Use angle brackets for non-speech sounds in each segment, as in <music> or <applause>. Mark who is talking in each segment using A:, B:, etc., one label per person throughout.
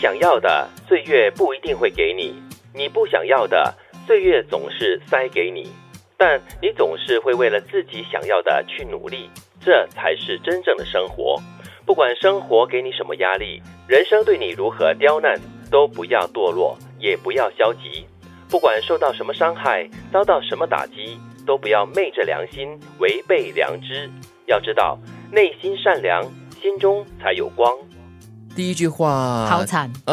A: 想要的，岁月不一定会给你；你不想要的，岁月总是塞给你。但你总是会为了自己想要的去努力，这才是真正的生活。不管生活给你什么压力，人生对你如何刁难，都不要堕落，也不要消极。不管受到什么伤害，遭到什么打击，都不要昧着良心，违背良知。要知道，内心善良，心中才有光。
B: 第一句话
C: 啊
D: 好惨，
B: <laughs>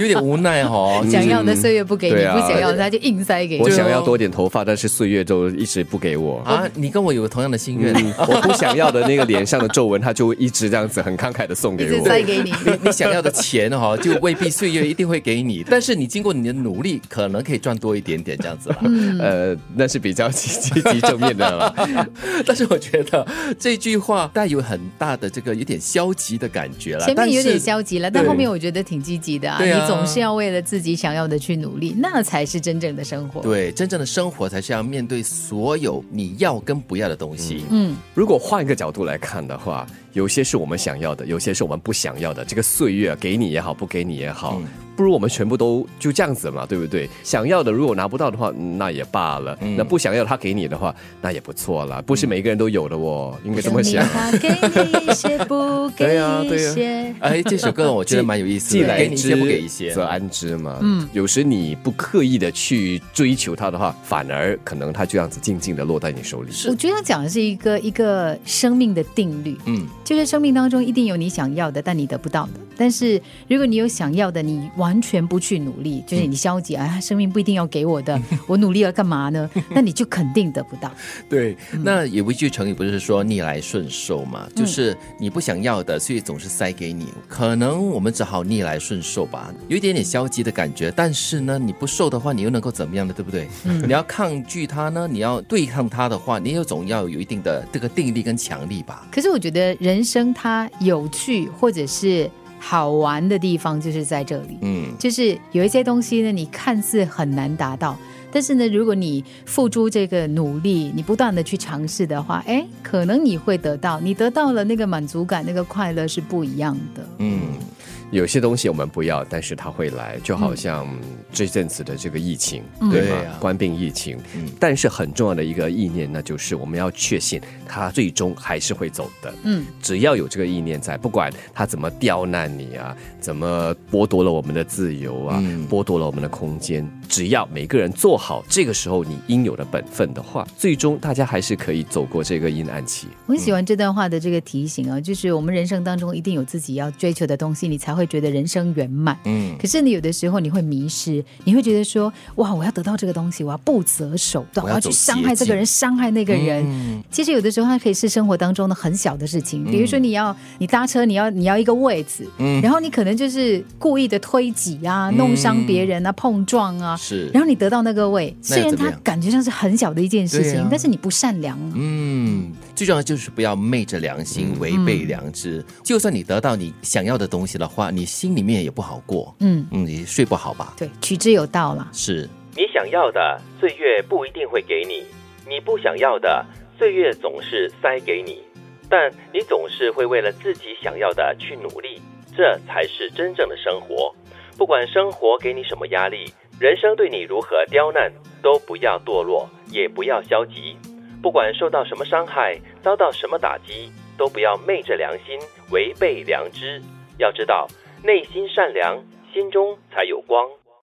B: 有点无奈
D: <laughs>
B: 哦。
D: 想要的岁月不给你，
C: 嗯对啊
D: 不想要的他就硬塞给你。
C: 我想要多点头发，但是岁月都一直不给我。
B: 啊，你跟我有同样的心愿。
C: 嗯，我不想要的那个脸上的皱纹，他就会一直这样子很慷慨的送
D: 一
C: 给
D: 直
C: 我。
D: 塞给你。
B: 你你想要的钱哈、哦， <laughs> 就未必岁月一定会给你，但是你经过你的努力，可能可以赚多一点点这样子啦。
D: 嗯
C: 呃，那是比较积积极正面的了。
B: <laughs> 但是我觉得这句话带有很大的这个有点消极的感觉啦。
C: 啊
D: <laughs> 前面有
B: 但
D: 点
B: 是
D: 消极了，但
B: 对
D: 后面我觉得挺积极的啊！
B: 对啊
D: 你总是要为了自己想要的去努力，那才是真正的生活。
B: 对，真正的生活才是要面对所有你要跟不要的东西。
D: 嗯，
C: 如果换一个角度来看的话，有些是我们想要的，有些是我们不想要的。这个岁月给你也好，不给你也好，
B: 嗯
C: 不如我们全部都就这样子嘛，对不对？想要的如果拿不到的话，嗯那也罢了；那不想要他给你的话，那也不错了。不是每个人都有的哦，应该这么想。
D: 他给你一些，不给
C: <laughs> 对啊
D: 一
C: 对啊
D: 些。
B: 哎，这首歌我觉得蛮有意思
C: 既
B: 的，
C: 来
B: 给你一些
C: 之
B: 不给一些
C: 则。安之嘛。嗯，有时你不刻意的去追求它的话，反而可能它就这样子静静的落在你手里。
D: 我觉得他讲的是一个一个生命的定律，
B: 嗯，
D: 就是生命当中一定有你想要的，但你得不到的。但是如果你有想要的，你完全不去努力，就是你消极、啊，生命不一定要给我的， <laughs> 我努力了干嘛呢？那你就肯定得不到。
B: 对。
D: 嗯
B: 那有一句成语不是说逆来顺受嘛，就是你不想要的，所以总是塞给你。可能我们只好逆来顺受吧，有一点点消极的感觉。但是呢，你不受的话，你又能够怎么样呢？对不对？
D: 嗯
B: 你要抗拒它呢，你要对抗它的话，你又总要有一定的这个定力跟强力吧。
D: 可是我觉得人生它有趣或者是好玩的地方就是在这里，
B: 嗯，
D: 就是有一些东西呢，你看似很难达到，但是呢，如果你付出这个努力，你不断的去尝试的话，哎，可能你会得到，你得到了那个满足感，那个快乐是不一样的。
B: 嗯，
C: 有些东西我们不要，但是它会来，就好像这阵子的这个疫情，对吗
B: 对？啊
C: 官病疫情，
B: 嗯
C: 但是很重要的一个意念，那就是我们要确信它最终还是会走的。
D: 嗯，
C: 只要有这个意念在，不管它怎么刁难你啊，怎么剥夺了我们的自由啊，
B: 嗯
C: 剥夺了我们的空间，只要每个人做好这个时候你应有的本分的话，最终大家还是可以走过这个阴暗期。
D: 我很喜欢这段话的这个提醒啊，就是我们人生当中一定有自己要追求的东西，你才会觉得人生圆满。
B: 嗯
D: 可是你有的时候你会迷失，你会觉得说，哇，我要得到这个东西，我要不择手段，
B: 我
D: 我
B: 要
D: 要
B: 走
D: 去
B: 捷
D: 伤害这个人，伤害那个人。
B: 嗯
D: 其实有的时候它可以是生活当中的很小的事情，比如说你要你搭车，你要你要一个位置，
B: 嗯
D: 然后你可能就是故意的推挤啊，弄伤别人啊，碰撞啊，
B: 是，
D: 然后你得到那个位，
B: 那又
D: 虽然
B: 怎么
D: 它
B: 样
D: 感觉上是很小的一件事
B: 对
D: 情
B: 啊，
D: 但是你不善良啊。
B: 嗯，最重要就是不要昧着良心，
D: 嗯
B: 违背良知。就算你得到你想要的东西的话，你心里面也不好过，
D: 嗯，
B: 嗯，你睡不好吧？
D: 对，取之有道啦。
B: 是，
A: 你想要的，岁月不一定会给你；你不想要的，岁月总是塞给你。但你总是会为了自己想要的去努力，这才是真正的生活。不管生活给你什么压力，人生对你如何刁难，都不要堕落，也不要消极。不管受到什么伤害，遭到什么打击，都不要昧着良心，违背良知。要知道，内心善良，心中才有光。